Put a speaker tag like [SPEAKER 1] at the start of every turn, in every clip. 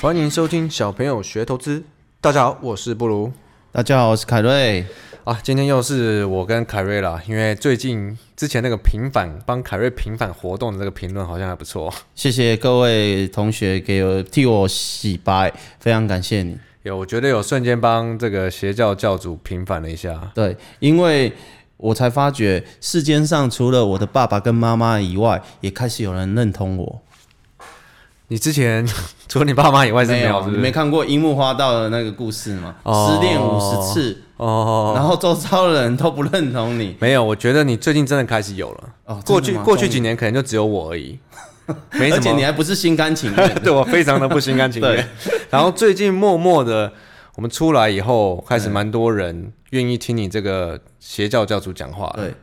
[SPEAKER 1] 欢迎收听小朋友学投资。大家好，我是布鲁
[SPEAKER 2] 大家好，我是凯瑞。
[SPEAKER 1] 啊。今天又是我跟凯瑞啦，因为最近之前那个平反帮凯瑞平反活动的这个评论好像还不错，
[SPEAKER 2] 谢谢各位同学给我替我洗白，非常感谢你。
[SPEAKER 1] 有我觉得有瞬间帮这个邪教教主平反了一下。
[SPEAKER 2] 对，因为我才发觉世间上除了我的爸爸跟妈妈以外，也开始有人认同我。
[SPEAKER 1] 你之前 除了你爸妈以外是没有，是
[SPEAKER 2] 你
[SPEAKER 1] 不是
[SPEAKER 2] 没看过樱木花道的那个故事吗？
[SPEAKER 1] 哦
[SPEAKER 2] 失恋五十次，
[SPEAKER 1] 哦，
[SPEAKER 2] 然后周遭的人都不认同你。
[SPEAKER 1] 没有。我觉得你最近真的开始有了。
[SPEAKER 2] 哦真的吗
[SPEAKER 1] 过去过去
[SPEAKER 2] 终于
[SPEAKER 1] 几年可能就只有我而已，没什
[SPEAKER 2] 而
[SPEAKER 1] 么。
[SPEAKER 2] 且你还不是心甘 情愿的，
[SPEAKER 1] 对我非常的不心甘情愿。 然后最近默默的，我们出来以后，开始蛮多人愿意听你这个邪教教主讲话了。
[SPEAKER 2] 对，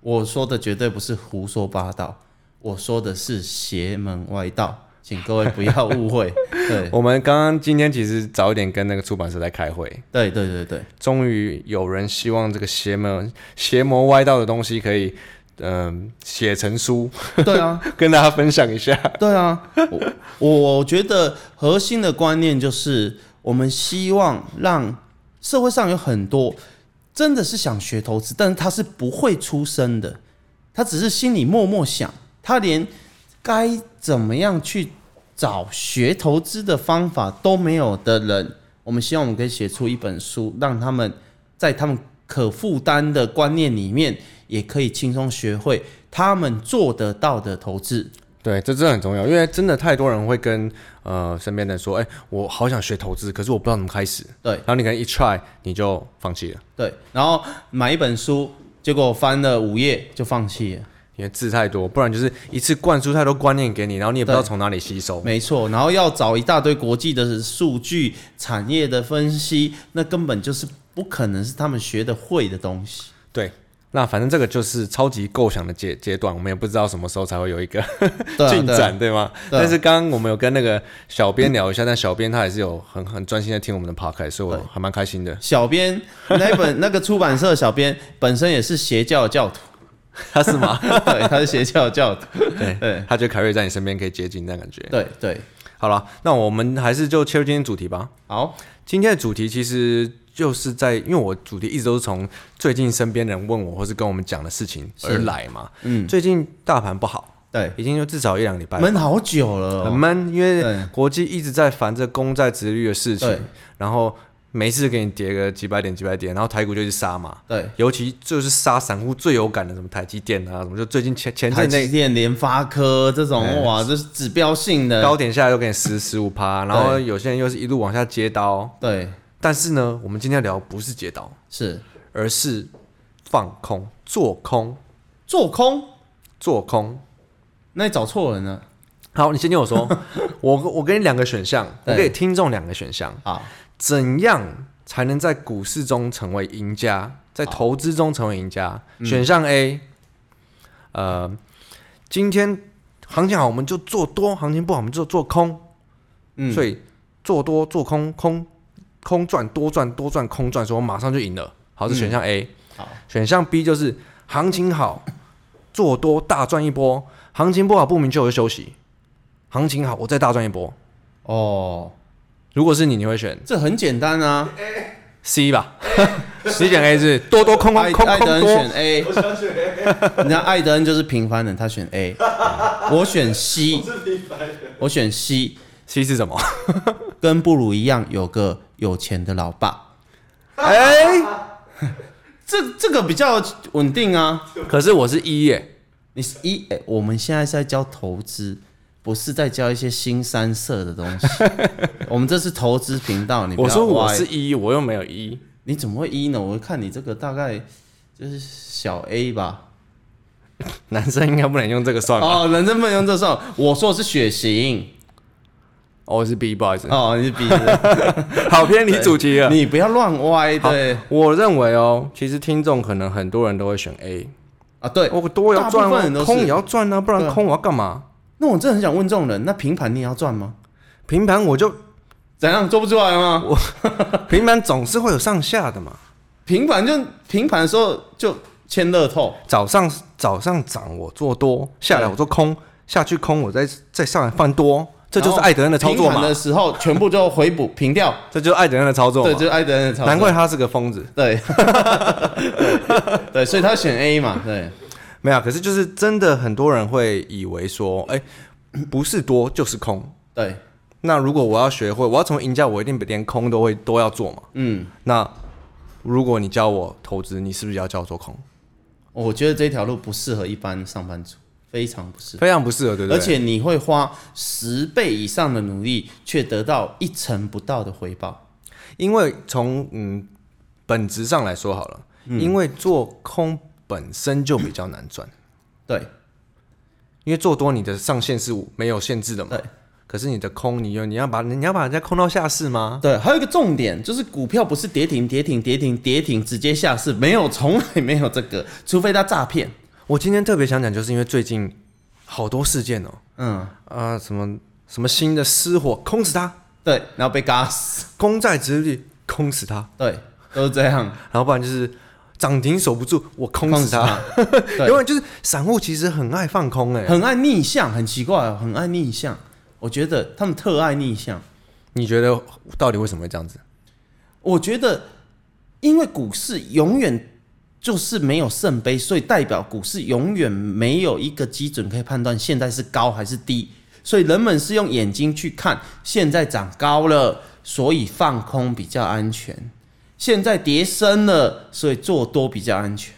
[SPEAKER 2] 我说的绝对不是胡说八道，我说的是邪门歪道，请各位不要误会。对，
[SPEAKER 1] 我们刚刚今天其实早一点跟那个出版社在开会，
[SPEAKER 2] 对，对，对， 对，
[SPEAKER 1] 终于有人希望这个邪门邪魔歪道的东西可以，嗯、写成书
[SPEAKER 2] 对啊，
[SPEAKER 1] 跟大家分享一下。
[SPEAKER 2] 对啊。我我觉得核心的观念就是，我们希望让社会上有很多真的是想学投资，但是他是不会出声的，他只是心里默默想，他连该怎么样去找学投资的方法都没有的人，我们希望我们可以写出一本书，让他们在他们可负担的观念里面，也可以轻松学会他们做得到的投资。
[SPEAKER 1] 对，这真的很重要，因为真的太多人会跟呃身边的人说，哎、我好想学投资，可是我不知道怎么开始。
[SPEAKER 2] 对
[SPEAKER 1] 然后你可能一 try 你就放弃了，
[SPEAKER 2] 对，然后买一本书，结果翻了五页就放弃了。
[SPEAKER 1] 因为字太多，不然就是一次灌输太多观念给你，然后你也不知道从哪里吸收。
[SPEAKER 2] 没错，然后要找一大堆国际的数据、产业的分析，那根本就是不可能是他们学的会的东 西。
[SPEAKER 1] 对，那反正这个就是超级构想的阶阶段，我们也不知道什么时候才会有一个
[SPEAKER 2] 对啊
[SPEAKER 1] 进
[SPEAKER 2] 对啊
[SPEAKER 1] 展，对吗？
[SPEAKER 2] 对啊
[SPEAKER 1] 但是刚刚我们有跟那个小编聊一下，但小编他也是有很很专心在听我们的 podcast，所以我还蛮开心的。
[SPEAKER 2] 小编那一本那个出版社的小编本身也是邪教的 教徒，
[SPEAKER 1] 他是吗？
[SPEAKER 2] 对，他是邪教的教徒，
[SPEAKER 1] 对
[SPEAKER 2] 对
[SPEAKER 1] 他觉得凯瑞在你身边可以接近那感觉。
[SPEAKER 2] 对对，
[SPEAKER 1] 好了，那我们还是就切入今天主题吧。
[SPEAKER 2] 好，
[SPEAKER 1] 今天的主题其实就是在，因为我主题一直都是从最近身边人问我或是跟我们讲的事情而来嘛。
[SPEAKER 2] 嗯，
[SPEAKER 1] 最近大盘不好，
[SPEAKER 2] 对，
[SPEAKER 1] 已经就至少一两礼拜了
[SPEAKER 2] 闷好久了
[SPEAKER 1] 很
[SPEAKER 2] 哦、
[SPEAKER 1] 闷，因为
[SPEAKER 2] 对
[SPEAKER 1] 国际一直在烦这公债殖利率的事
[SPEAKER 2] 对
[SPEAKER 1] 情，然后每次给你跌个几百点几百点，然后台股就去杀嘛。
[SPEAKER 2] 对，
[SPEAKER 1] 尤其就是杀散户最有感的，什么台积电啊，什么就最近前前
[SPEAKER 2] 台
[SPEAKER 1] 阵那
[SPEAKER 2] 积电、联发科这种，哇，这是指标性的，
[SPEAKER 1] 哎高点下来都给你十十五趴，然后有些人又是一路往下接刀。
[SPEAKER 2] 对，
[SPEAKER 1] 但是呢，我们今天要聊不是接刀，
[SPEAKER 2] 是
[SPEAKER 1] 而是放空、做空、
[SPEAKER 2] 做空，
[SPEAKER 1] 做空。
[SPEAKER 2] 那你找错人了。
[SPEAKER 1] 好，你先听我说，我我给你两个选项，我
[SPEAKER 2] 对
[SPEAKER 1] 给听众两个选项，
[SPEAKER 2] 好，
[SPEAKER 1] 怎样才能在股市中成为赢家，在投资中成为赢家？
[SPEAKER 2] 嗯
[SPEAKER 1] 选项 A，、呃，今天行情好我们就做多，行情不好我们就做空，
[SPEAKER 2] 嗯，
[SPEAKER 1] 所以做多做空，空空赚多赚多赚空赚，所以我马上就赢了。好，是选项 A。
[SPEAKER 2] 嗯好，
[SPEAKER 1] 选项 B 就是行情好，做多大赚一波；行情不好，不明就有休息。行情好，我再大赚一波。
[SPEAKER 2] 哦，
[SPEAKER 1] 如果是你，你会选
[SPEAKER 2] 这很简单啊，
[SPEAKER 1] C 吧？你选 A 是多多空空
[SPEAKER 2] 艾
[SPEAKER 1] 空
[SPEAKER 2] 艾德
[SPEAKER 1] 空
[SPEAKER 2] 恩
[SPEAKER 1] 多
[SPEAKER 2] 选 A，我想选 A，人家艾德恩就是平凡人，他选 A，我选 C，我选 C，
[SPEAKER 1] ，C 是什么？
[SPEAKER 2] 跟布鲁一样有个有钱的老爸，
[SPEAKER 1] 哎、
[SPEAKER 2] 这这个比较稳定啊。
[SPEAKER 1] 可是我是 E 耶，
[SPEAKER 2] 你是一、哎我们现在是在教投资。不是在教一些新三色的东西， 我们这是投资频道。你不
[SPEAKER 1] 我
[SPEAKER 2] 要
[SPEAKER 1] 说我
[SPEAKER 2] 歪
[SPEAKER 1] 是 E，我又没有 E。
[SPEAKER 2] 你怎么会一呢？我看你这个大概就是小 A 吧。
[SPEAKER 1] 男生应该不能用这个算吧？
[SPEAKER 2] 哦，人生不能用这算。我说的是血型。
[SPEAKER 1] 哦，我是 B，不好意思，
[SPEAKER 2] 哦，你是 B 的，
[SPEAKER 1] 好偏离主题了。
[SPEAKER 2] 你不要乱歪。
[SPEAKER 1] 好
[SPEAKER 2] 对
[SPEAKER 1] 我认为哦，其实听众可能很多人都会选 A，
[SPEAKER 2] 啊，对。
[SPEAKER 1] 我多也要赚
[SPEAKER 2] 大部分人
[SPEAKER 1] 啊，
[SPEAKER 2] 都是
[SPEAKER 1] 空也要赚啊，不
[SPEAKER 2] 对
[SPEAKER 1] 然
[SPEAKER 2] 啊
[SPEAKER 1] 空我要干嘛？
[SPEAKER 2] 那我真的很想问这种人，那平盘你也要赚吗？
[SPEAKER 1] 平盘我就
[SPEAKER 2] 怎样做不出来吗？
[SPEAKER 1] 平盘总是会有上下的嘛。
[SPEAKER 2] 平盘就平盘的时候就签乐透，
[SPEAKER 1] 早上早上涨我做多，下来我做空，下去空我再再上来放多，这就是艾德恩的操作
[SPEAKER 2] 平
[SPEAKER 1] 嘛
[SPEAKER 2] 盘，的时候全部就回补 平掉，
[SPEAKER 1] 这就是艾德恩的操作
[SPEAKER 2] 对，
[SPEAKER 1] 嘛
[SPEAKER 2] 就。是艾德恩的操作。
[SPEAKER 1] 难怪他是个疯子，
[SPEAKER 2] 对，对，所以他选 A 嘛，对，
[SPEAKER 1] 没有。可是就是真的很多人会以为说，哎，不是多就是空。
[SPEAKER 2] 对，
[SPEAKER 1] 那如果我要学会，我要成为赢家，我一定连空都会都要做嘛。
[SPEAKER 2] 嗯，
[SPEAKER 1] 那如果你教我投资，你是不是也要教我做空？
[SPEAKER 2] 哦我觉得这条路不适合一般上班族，非常不适合。
[SPEAKER 1] 非常不适合，对不对？
[SPEAKER 2] 而且你会花十倍以上的努力，却得到一成不到的回报。
[SPEAKER 1] 因为从嗯本质上来说好了，
[SPEAKER 2] 嗯
[SPEAKER 1] 因为做空本身就比较难 赚，
[SPEAKER 2] 对
[SPEAKER 1] 因为做多你的上限是没有限制的嘛
[SPEAKER 2] 对。
[SPEAKER 1] 可是你的空，你又你要把你要把人家空到下市吗？
[SPEAKER 2] 对，还有一个重点就是股票不是跌停跌停跌停跌停直接下市，没有从来没有这个，除非他诈骗。
[SPEAKER 1] 我今天特别想讲，就是因为最近好多事件哦，
[SPEAKER 2] 嗯，
[SPEAKER 1] 啊、什么什么新的失火，空死他；
[SPEAKER 2] 对，然后被嘎死，
[SPEAKER 1] 公债殖利率，空死他；
[SPEAKER 2] 对，都是这样。
[SPEAKER 1] 然后不然就是涨停守不住，我空死他。
[SPEAKER 2] 对
[SPEAKER 1] 永远就是散户其实很爱放空哎、
[SPEAKER 2] 很爱逆向，很奇怪、哦，很爱逆向。我觉得他们特爱逆向。
[SPEAKER 1] 你觉得到底为什么会这样子？
[SPEAKER 2] 我觉得，因为股市永远就是没有圣杯，所以代表股市永远没有一个基准可以判断现在是高还是低。所以人们是用眼睛去看，现在涨高了，所以放空比较安全；现在跌深了，所以做多比较安全。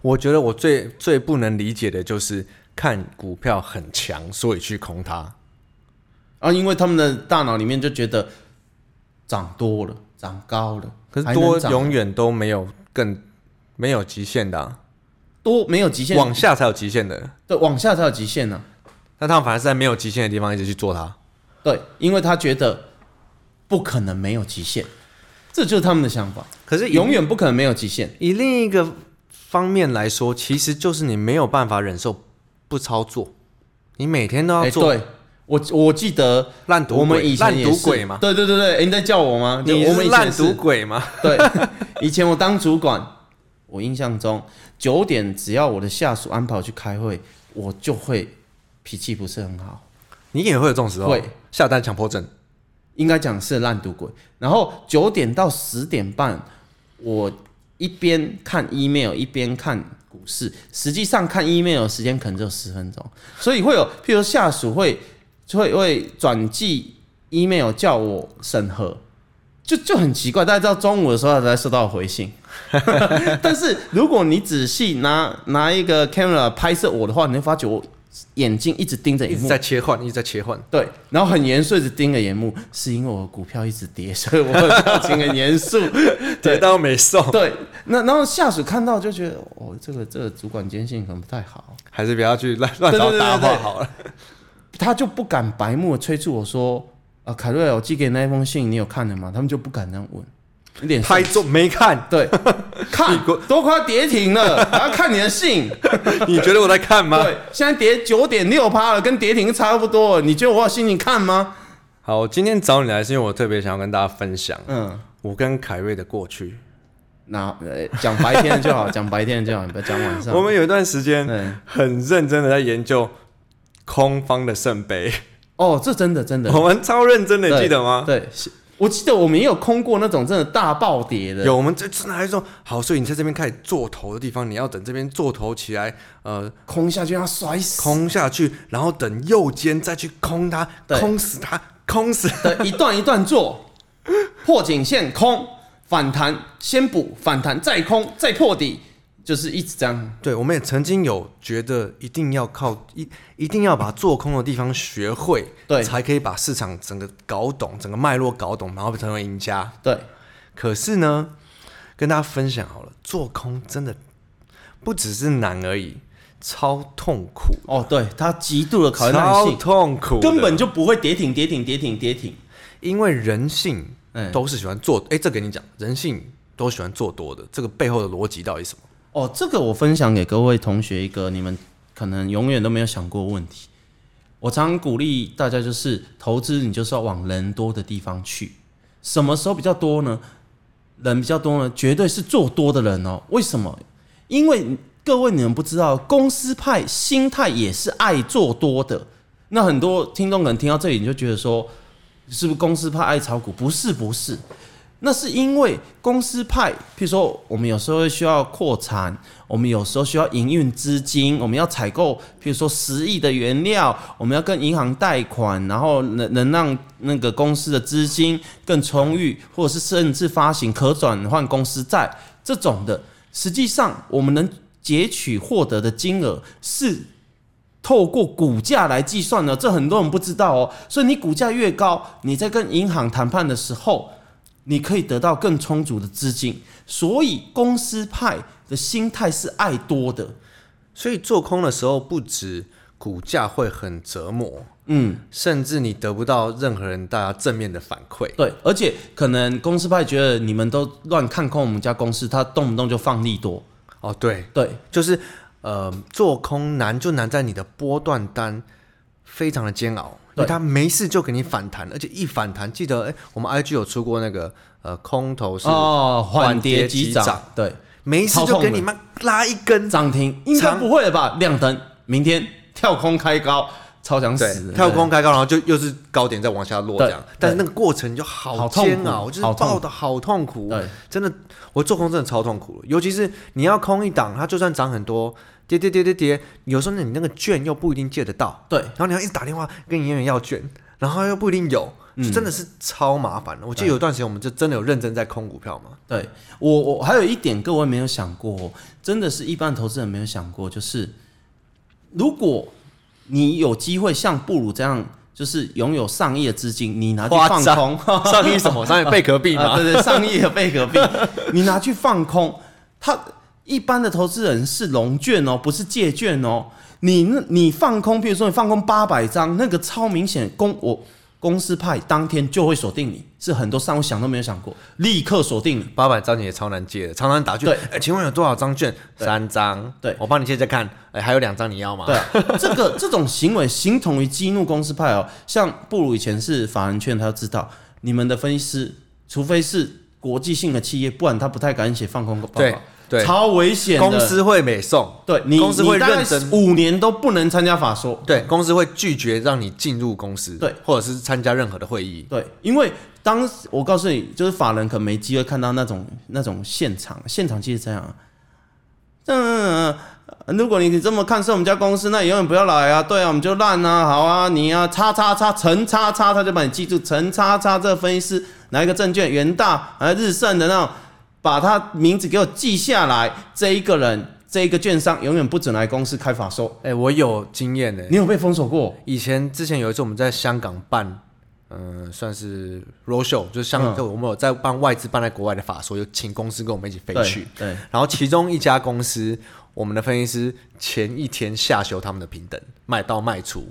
[SPEAKER 1] 我觉得我最最不能理解的就是看股票很强，所以去空它。
[SPEAKER 2] 啊，因为他们的大脑里面就觉得涨多了，涨高了，
[SPEAKER 1] 可是
[SPEAKER 2] 还能
[SPEAKER 1] 多
[SPEAKER 2] 涨
[SPEAKER 1] 永远都没有更没有极限的啊、
[SPEAKER 2] 多没有极限，
[SPEAKER 1] 往下才有极限的。
[SPEAKER 2] 对往下才有极限呢、
[SPEAKER 1] 那他们反而是在没有极限的地方一直去做它。
[SPEAKER 2] 对，因为他觉得不可能没有极限，这就是他们的想法，
[SPEAKER 1] 可是
[SPEAKER 2] 永远不可能没有极限。
[SPEAKER 1] 以另一个方面来说，其实就是你没有办法忍受不操作，你每天都要
[SPEAKER 2] 哎，
[SPEAKER 1] 做
[SPEAKER 2] 对我我记得
[SPEAKER 1] 烂赌鬼、
[SPEAKER 2] 我们以前
[SPEAKER 1] 烂
[SPEAKER 2] 也
[SPEAKER 1] 赌
[SPEAKER 2] 是
[SPEAKER 1] 鬼嘛，
[SPEAKER 2] 对对对对，哎你在叫我吗？就
[SPEAKER 1] 你
[SPEAKER 2] 我
[SPEAKER 1] 是
[SPEAKER 2] 们以前
[SPEAKER 1] 烂
[SPEAKER 2] 是
[SPEAKER 1] 赌鬼嘛？
[SPEAKER 2] 对， 以前我当主管，我印象中九点只要我的下属安排我去开会，我就会脾气不是很好。
[SPEAKER 1] 你也会有这种时候，
[SPEAKER 2] 会
[SPEAKER 1] 下单强迫症。
[SPEAKER 2] 应该讲是烂赌鬼。然后九点到十点半，我一边看 email 一边看股市，实际上看 email 的时间可能只有十分钟，所以会有，譬如下属会会会转寄 email 叫我审核。就就很奇怪，大家知道中午的时候才收到回信， 但是如果你仔细拿拿一个 camera 拍摄我的话，你会发觉我眼睛一直盯着
[SPEAKER 1] 一
[SPEAKER 2] 荧
[SPEAKER 1] 直
[SPEAKER 2] 幕，
[SPEAKER 1] 在切换，一直在切换。
[SPEAKER 2] 对，然后很严肃的盯着眼目，是因为我的股票一直跌，所以我的表情很严 肃。
[SPEAKER 1] 跌到没送，
[SPEAKER 2] 对，那然后下属看到就觉得，哦，这个这个主管坚信可能不太好，
[SPEAKER 1] 还是不要去乱乱找
[SPEAKER 2] 对对对对
[SPEAKER 1] 搭话
[SPEAKER 2] 对
[SPEAKER 1] 好了。
[SPEAKER 2] 他就不敢白目地催促我说，啊，凯瑞尔，我寄给你那封信，你有看了吗？他们就不敢那样问，有点
[SPEAKER 1] 拍桌没看，
[SPEAKER 2] 对，看都快要跌停了，还要看你 的信。
[SPEAKER 1] 你觉得我在看吗？
[SPEAKER 2] 对，现在跌九点六趴了，跟跌停差不多了，你觉得我有心情看吗？
[SPEAKER 1] 好，我今天找你来是因为我特别想要跟大家分享
[SPEAKER 2] 嗯。
[SPEAKER 1] 我跟凯瑞的过去。
[SPEAKER 2] 那呃讲白天的就好，讲白天的就好，你不要讲晚上。
[SPEAKER 1] 我们有一段时间
[SPEAKER 2] 啊对
[SPEAKER 1] 很认真的在研究空方的圣杯，
[SPEAKER 2] 哦，这真的真的，
[SPEAKER 1] 我们超认真的，
[SPEAKER 2] 对
[SPEAKER 1] 记得吗？
[SPEAKER 2] 对，是我记得我们也有空过那种真的大暴跌的，
[SPEAKER 1] 有，我们这真的还说好，所以你在这边开始做头的地方，你要等这边做头起来，呃，
[SPEAKER 2] 空下去让它摔死，
[SPEAKER 1] 空下去，然后等右肩再去空它，
[SPEAKER 2] 对
[SPEAKER 1] 空死它，空死
[SPEAKER 2] 对，一段一段做，破颈线空反弹，先补反弹再空再破底，就是一直这样。
[SPEAKER 1] 对，我们也曾经有觉得一定要靠一一定要把做空的地方学会，
[SPEAKER 2] 对
[SPEAKER 1] 才可以把市场整个搞懂，整个脉络搞懂，然后成为赢家。
[SPEAKER 2] 对，
[SPEAKER 1] 可是呢，跟大家分享好了，做空真的不只是难而已，超痛苦，
[SPEAKER 2] 哦，对，它极度的考验耐
[SPEAKER 1] 超
[SPEAKER 2] 性，
[SPEAKER 1] 痛苦的，
[SPEAKER 2] 根本就不会跌停跌停跌停跌停。
[SPEAKER 1] 因为人性
[SPEAKER 2] 嗯
[SPEAKER 1] 都是喜欢做，哎、这给你讲，人性都喜欢做多的，这个背后的逻辑到底是什么？
[SPEAKER 2] 哦，这个我分享给各位同学一个你们可能永远都没有想过的问题。我常鼓励大家，就是投资，你就是要往人多的地方去。什么时候比较多呢？人比较多呢，绝对是做多的人哦。为什么？因为各位你们不知道，公司派心态也是爱做多的。那很多听众可能听到这里，你就觉得说，是不是公司派爱炒股？不是，不是，那是因为公司派，譬如说我们有时候会需要扩产，我们有时候需要营运资金，我们要采购，譬如说十亿的原料，我们要跟银行贷款，然后能能让那个公司的资金更充裕，或者是甚至发行可转换公司债这种的。实际上，我们能截取获得的金额是透过股价来计算的，这很多人不知道哦。所以你股价越高，你在跟银行谈判的时候，你可以得到更充足的资金。所以公司派的心态是爱多的，
[SPEAKER 1] 所以做空的时候，不止股价会很折磨，
[SPEAKER 2] 嗯，
[SPEAKER 1] 甚至你得不到任何人大家正面的反馈。
[SPEAKER 2] 对。而且可能公司派觉得你们都乱看空我们家公司，他动不动就放利多，
[SPEAKER 1] 哦，对，
[SPEAKER 2] 对，
[SPEAKER 1] 就是呃，做空难就难在你的波段单非常的煎熬，因
[SPEAKER 2] 对
[SPEAKER 1] 为它没事就给你反弹，而且一反弹，记得哎，我们 IG 有出过那个呃空头是、
[SPEAKER 2] 哦，
[SPEAKER 1] 缓
[SPEAKER 2] 缓
[SPEAKER 1] 跌
[SPEAKER 2] 跌
[SPEAKER 1] 急
[SPEAKER 2] 急
[SPEAKER 1] 涨
[SPEAKER 2] 涨，对，
[SPEAKER 1] 没事就给你
[SPEAKER 2] 操控
[SPEAKER 1] 们拉一根，
[SPEAKER 2] 涨停应该
[SPEAKER 1] 长
[SPEAKER 2] 不会了吧？亮灯，明天跳空开高，超想死
[SPEAKER 1] 对，，跳空开高，然后就又是高点再往下落
[SPEAKER 2] 对
[SPEAKER 1] 这样，但是
[SPEAKER 2] 对
[SPEAKER 1] 那个过程就
[SPEAKER 2] 好
[SPEAKER 1] 好
[SPEAKER 2] 痛
[SPEAKER 1] 煎
[SPEAKER 2] 苦
[SPEAKER 1] 熬，就是
[SPEAKER 2] 好痛
[SPEAKER 1] 爆的好痛苦
[SPEAKER 2] 对，
[SPEAKER 1] 真的我做空真的超痛苦，尤其是你要空一档，它就算涨很多，跌跌跌跌跌，有时候你那个券又不一定借得到。
[SPEAKER 2] 对
[SPEAKER 1] 然后你要一直打电话跟营业员要券，然后又不一定有，
[SPEAKER 2] 嗯
[SPEAKER 1] 就真的是超麻烦的。我记得有一段时间我们就真的有认真在空股票嘛，
[SPEAKER 2] 对我我还有一点各位没有想过哦，真的是一般投资人没有想过，就是如果你有机会像布鲁这样，就是拥有上亿的资金，你拿去
[SPEAKER 1] 夸
[SPEAKER 2] 放
[SPEAKER 1] 张
[SPEAKER 2] 空，
[SPEAKER 1] 上亿什么上亿贝壳币
[SPEAKER 2] 啊，
[SPEAKER 1] 嘛，
[SPEAKER 2] 对对，上亿的贝壳币， 你拿去放空，他一般的投资人是融券哦，不是借券哦。你那你放空，比如说你放空八百张，那个超明显，公我公司派当天就会锁定你，是很多商户想都没有想过，立刻锁定你。
[SPEAKER 1] 八百张也超难借的，常常打去，
[SPEAKER 2] 对
[SPEAKER 1] 哎，请问有多少张券？三张，
[SPEAKER 2] 对
[SPEAKER 1] 我帮你借借看，哎，还有两张你要吗？
[SPEAKER 2] 对啊， 这个这种行为形同于激怒公司派哦。像布鲁以前是法人圈，他要知道你们的分析师，除非是国际性的企业，不然他不太敢写放空报告，
[SPEAKER 1] 对对
[SPEAKER 2] 超危险的。
[SPEAKER 1] 公司会美送，
[SPEAKER 2] 对你，
[SPEAKER 1] 公司会
[SPEAKER 2] 你大概
[SPEAKER 1] 认真
[SPEAKER 2] 五年都不能参加法说。
[SPEAKER 1] 对，公司会拒绝让你进入公司，
[SPEAKER 2] 对，
[SPEAKER 1] 或者是参加任何的会议，
[SPEAKER 2] 对，因为当时我告诉你，就是法人可能没机会看到那种那种现场，现场其实这样啊。嗯，如果你这么看是我们家公司，那永远不要来啊！对啊，我们就烂啊，好啊，你啊，叉叉叉陈叉叉，他就把你记住，陈叉叉这分析师哪一个证券，元大啊日盛的那种，把他名字给我记下来，这一个人，这一个券商永远不准来公司开法说。
[SPEAKER 1] 哎，我有经验的，
[SPEAKER 2] 你有被封锁过？
[SPEAKER 1] 以前之前有一次我们在香港办，嗯、算是 road show，就是香港、
[SPEAKER 2] 嗯
[SPEAKER 1] 我们有在办外资办在国外的法说，有请公司跟我们一起飞
[SPEAKER 2] 对
[SPEAKER 1] 去。
[SPEAKER 2] 对，
[SPEAKER 1] 然后其中一家公司，我们的分析师前一天下修他们的平等，卖到卖出，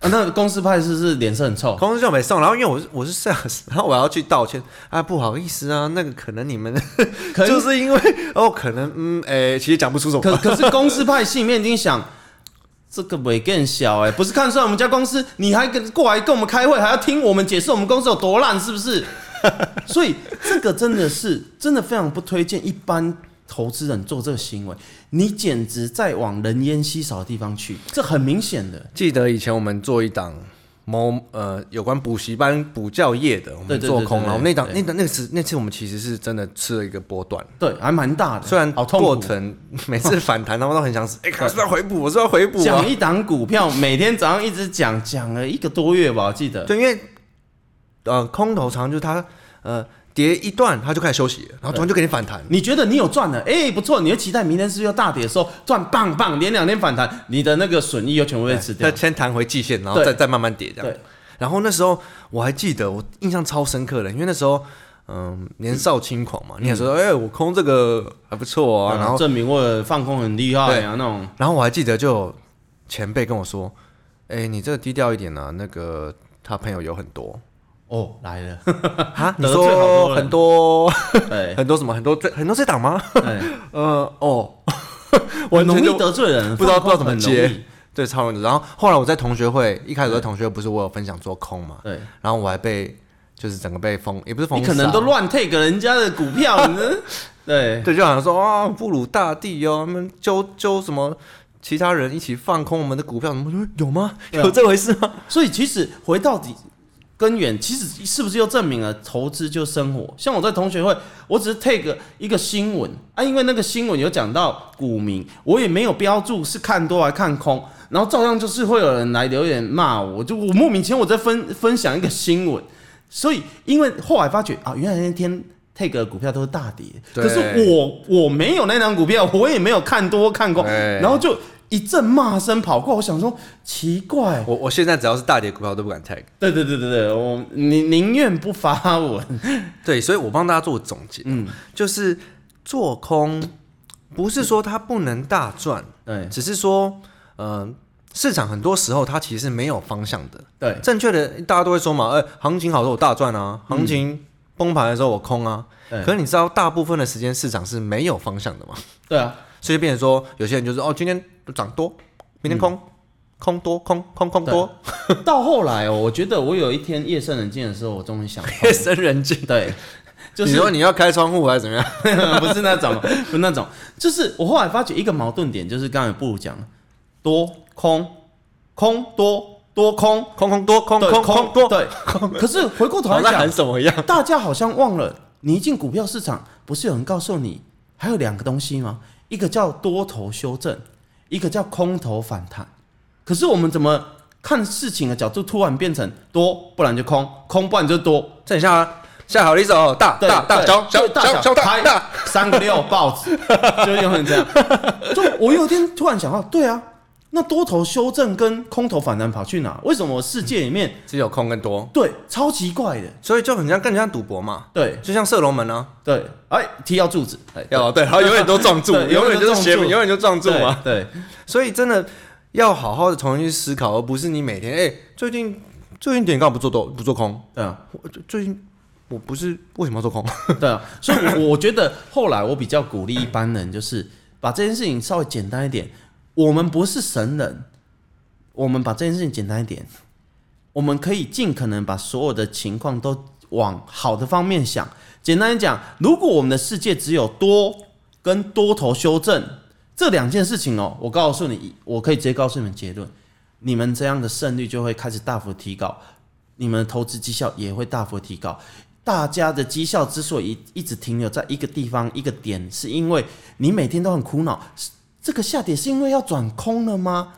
[SPEAKER 2] 啊，那公司派是不是脸色很臭？
[SPEAKER 1] 公司就没送。然后因为我是我是 sales，然后我要去道歉 啊，不好意思啊，那个可能你们
[SPEAKER 2] 可能
[SPEAKER 1] 就是因为哦，可能嗯，哎、其实讲不出什么。
[SPEAKER 2] 可可是公司派心里面已经想，这个尾更小哎、不是看衰我们家公司，你还跟过来跟我们开会，还要听我们解释我们公司有多烂，是 不是？所以这个真的是真的非常不推荐一般投资人做这个行为，你简直在往人烟稀少的地方去，这很明显的。
[SPEAKER 1] 记得以前我们做一档某呃有关补习班补教业的，我
[SPEAKER 2] 对
[SPEAKER 1] 们
[SPEAKER 2] 对
[SPEAKER 1] 做
[SPEAKER 2] 对
[SPEAKER 1] 空，
[SPEAKER 2] 对
[SPEAKER 1] 然后
[SPEAKER 2] 对
[SPEAKER 1] 那档那档那次那次我们其实是真的吃了一个波段，
[SPEAKER 2] 对，还蛮大的，
[SPEAKER 1] 虽然
[SPEAKER 2] 好痛苦
[SPEAKER 1] 过程 每次反弹他们都很想 死，哎，可是要回补，我是要回补啊
[SPEAKER 2] 讲，一档股票，每天早上一直讲，讲了一个多月吧，我记得。
[SPEAKER 1] 对，因为呃空头长就是它呃跌一段它就开始休息了，然后突然就给你反弹，
[SPEAKER 2] 你觉得你有赚了，哎、不错，你会期待明天是不是要大跌的时候赚棒棒，连两天反弹，你的那个损益又全部被吃掉
[SPEAKER 1] 它。先弹回季线，然后
[SPEAKER 2] 对
[SPEAKER 1] 再再慢慢跌这样
[SPEAKER 2] 对。
[SPEAKER 1] 然后那时候我还记得，我印象超深刻的，因为那时候。嗯，年少轻狂
[SPEAKER 2] 嗯
[SPEAKER 1] 嘛，你也说，哎、我空这个还不错啊，然后
[SPEAKER 2] 证明我有放空很厉害啊，那种
[SPEAKER 1] 然后我还记得就有前辈跟我说：“哎、你这个低调一点啊，那个他朋友有很 多
[SPEAKER 2] 哦来了，
[SPEAKER 1] 啊，你
[SPEAKER 2] 得罪好多
[SPEAKER 1] 说
[SPEAKER 2] 人
[SPEAKER 1] 很多
[SPEAKER 2] 对
[SPEAKER 1] 很多什么很多这很多这档 吗？
[SPEAKER 2] 对，
[SPEAKER 1] 呃哦，
[SPEAKER 2] 我
[SPEAKER 1] 完
[SPEAKER 2] 容
[SPEAKER 1] 全
[SPEAKER 2] 易
[SPEAKER 1] 就
[SPEAKER 2] 得罪人，
[SPEAKER 1] 不知道不知道怎
[SPEAKER 2] 放空
[SPEAKER 1] 么
[SPEAKER 2] 很容
[SPEAKER 1] 接
[SPEAKER 2] 易，
[SPEAKER 1] 对，超容易。然后后来我在同学会一开始在同学会不是我有分享做空嘛，
[SPEAKER 2] 对，
[SPEAKER 1] 然后我还被就是整个被封，也不是封
[SPEAKER 2] 你
[SPEAKER 1] 杀，
[SPEAKER 2] 可能都乱 take 人家的 股票，你这对
[SPEAKER 1] 哦对，就好像说啊，布鲁大帝哦，他们揪揪什么其他人一起放空我们的股票，什么说有吗？
[SPEAKER 2] 对啊
[SPEAKER 1] 有这回事吗？
[SPEAKER 2] 所以其实回到底根源，其实是不是又证明了投资就生活？像我在同学会，我只是 take 一个新闻啊，因为那个新闻有讲到股民，我也没有标注是看多还看空，然后照样就是会有人来留言骂我，就我莫名其妙我在分分享一个新闻，所以因为后来发觉啊，原来那天。take 的股票都是大跌，
[SPEAKER 1] 对
[SPEAKER 2] 可是我我没有那张股票，我也没有看多看空，
[SPEAKER 1] 对
[SPEAKER 2] 然后就一阵骂声跑过来，我想说奇 怪，
[SPEAKER 1] 我我现在只要是大跌股票都不敢 tag。
[SPEAKER 2] 对对对对对，我宁宁愿不发文。
[SPEAKER 1] 对，所以我帮大家做总结，啊
[SPEAKER 2] 嗯，
[SPEAKER 1] 就是做空不是说它不能大赚，
[SPEAKER 2] 对
[SPEAKER 1] 只是说，呃，市场很多时候它其实没有方向的。
[SPEAKER 2] 对
[SPEAKER 1] 正确的大家都会说嘛，呃，行情好的时候我大赚啊，行情崩盘的时候我空啊。
[SPEAKER 2] 对
[SPEAKER 1] 可是你知道，大部分的时间市场是没有方向的嘛，
[SPEAKER 2] 对啊，
[SPEAKER 1] 所以变成说，有些人就是哦，今天涨多，明天空，空多，空空空多，
[SPEAKER 2] 到后来哦，我觉得我有一天夜深人静的时候，我 终于想通
[SPEAKER 1] 夜深人静。
[SPEAKER 2] 了，对，就
[SPEAKER 1] 你
[SPEAKER 2] 是
[SPEAKER 1] 说你要开窗户还是怎么样？
[SPEAKER 2] 不是那种，不是那种，就是我后来发觉一个矛盾点，就是刚才布鲁讲的多空空多多空
[SPEAKER 1] 空空多，空
[SPEAKER 2] 对
[SPEAKER 1] 空空多，
[SPEAKER 2] 对，可是回过头
[SPEAKER 1] 好
[SPEAKER 2] 来
[SPEAKER 1] 像喊
[SPEAKER 2] 讲，
[SPEAKER 1] 什么一样？
[SPEAKER 2] 大家好像忘了，你一进股票市场，不是有人告诉你还有两个东西吗？一个叫多头修正，一个叫空头反弹。可是我们怎么看事情的角度突然变成多，不然就空，空不然就多，
[SPEAKER 1] 这一下啊下好离手，大
[SPEAKER 2] 对
[SPEAKER 1] 大大
[SPEAKER 2] 对
[SPEAKER 1] 小小
[SPEAKER 2] 对大
[SPEAKER 1] 小
[SPEAKER 2] 小
[SPEAKER 1] 小大
[SPEAKER 2] 开
[SPEAKER 1] 大，
[SPEAKER 2] 三个六豹 子，就永远这样。就我有一天突然想到，对啊，那多头修正跟空头反弹跑去哪？为什么世界里面
[SPEAKER 1] 只有空跟多，
[SPEAKER 2] 对超奇怪的？
[SPEAKER 1] 所以就很像更像赌博嘛，
[SPEAKER 2] 对
[SPEAKER 1] 就像射龙门啊，
[SPEAKER 2] 对，哎，踢到柱子，哎，
[SPEAKER 1] 要对，然后永远都撞住，
[SPEAKER 2] 对
[SPEAKER 1] 永远就是邪门，
[SPEAKER 2] 永远都撞住
[SPEAKER 1] 永远就撞住
[SPEAKER 2] 对
[SPEAKER 1] 嘛。
[SPEAKER 2] 对。
[SPEAKER 1] 所以真的要好好的重新去思考，而不是你每天哎、最近最近点干嘛不做多不做空？
[SPEAKER 2] 对啊，
[SPEAKER 1] 我最最近我不是为什么要做空？
[SPEAKER 2] 对啊，所以我我觉得后来我比较鼓励一般人，就是把这件事情稍微简单一点。我们不是神人，我们把这件事情简单一点，我们可以尽可能把所有的情况都往好的方面想。简单讲，如果我们的世界只有多跟多头修正这两件事情哦，我告诉你，我可以直接告诉你们结论，你们这样的胜率就会开始大幅提高，你们的投资绩效也会大幅提高。大家的绩效之所以一直停留在一个地方一个点，是因为你每天都很苦恼，是这个下跌是因为要转空了吗？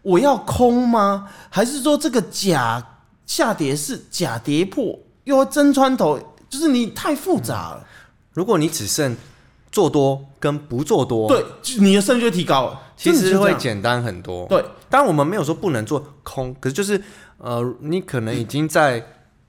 [SPEAKER 2] 我要空吗？还是说这个假下跌是假跌破，又要真穿头？就是你太复杂了，
[SPEAKER 1] 如果你只剩做多跟不做多，，
[SPEAKER 2] 对，就你的胜率就提高了，
[SPEAKER 1] 嗯其
[SPEAKER 2] 真的
[SPEAKER 1] 实
[SPEAKER 2] 就这
[SPEAKER 1] 会
[SPEAKER 2] 样
[SPEAKER 1] 简单很多。
[SPEAKER 2] 对
[SPEAKER 1] 当然我们没有说不能做空，可是就是呃，你可能已经在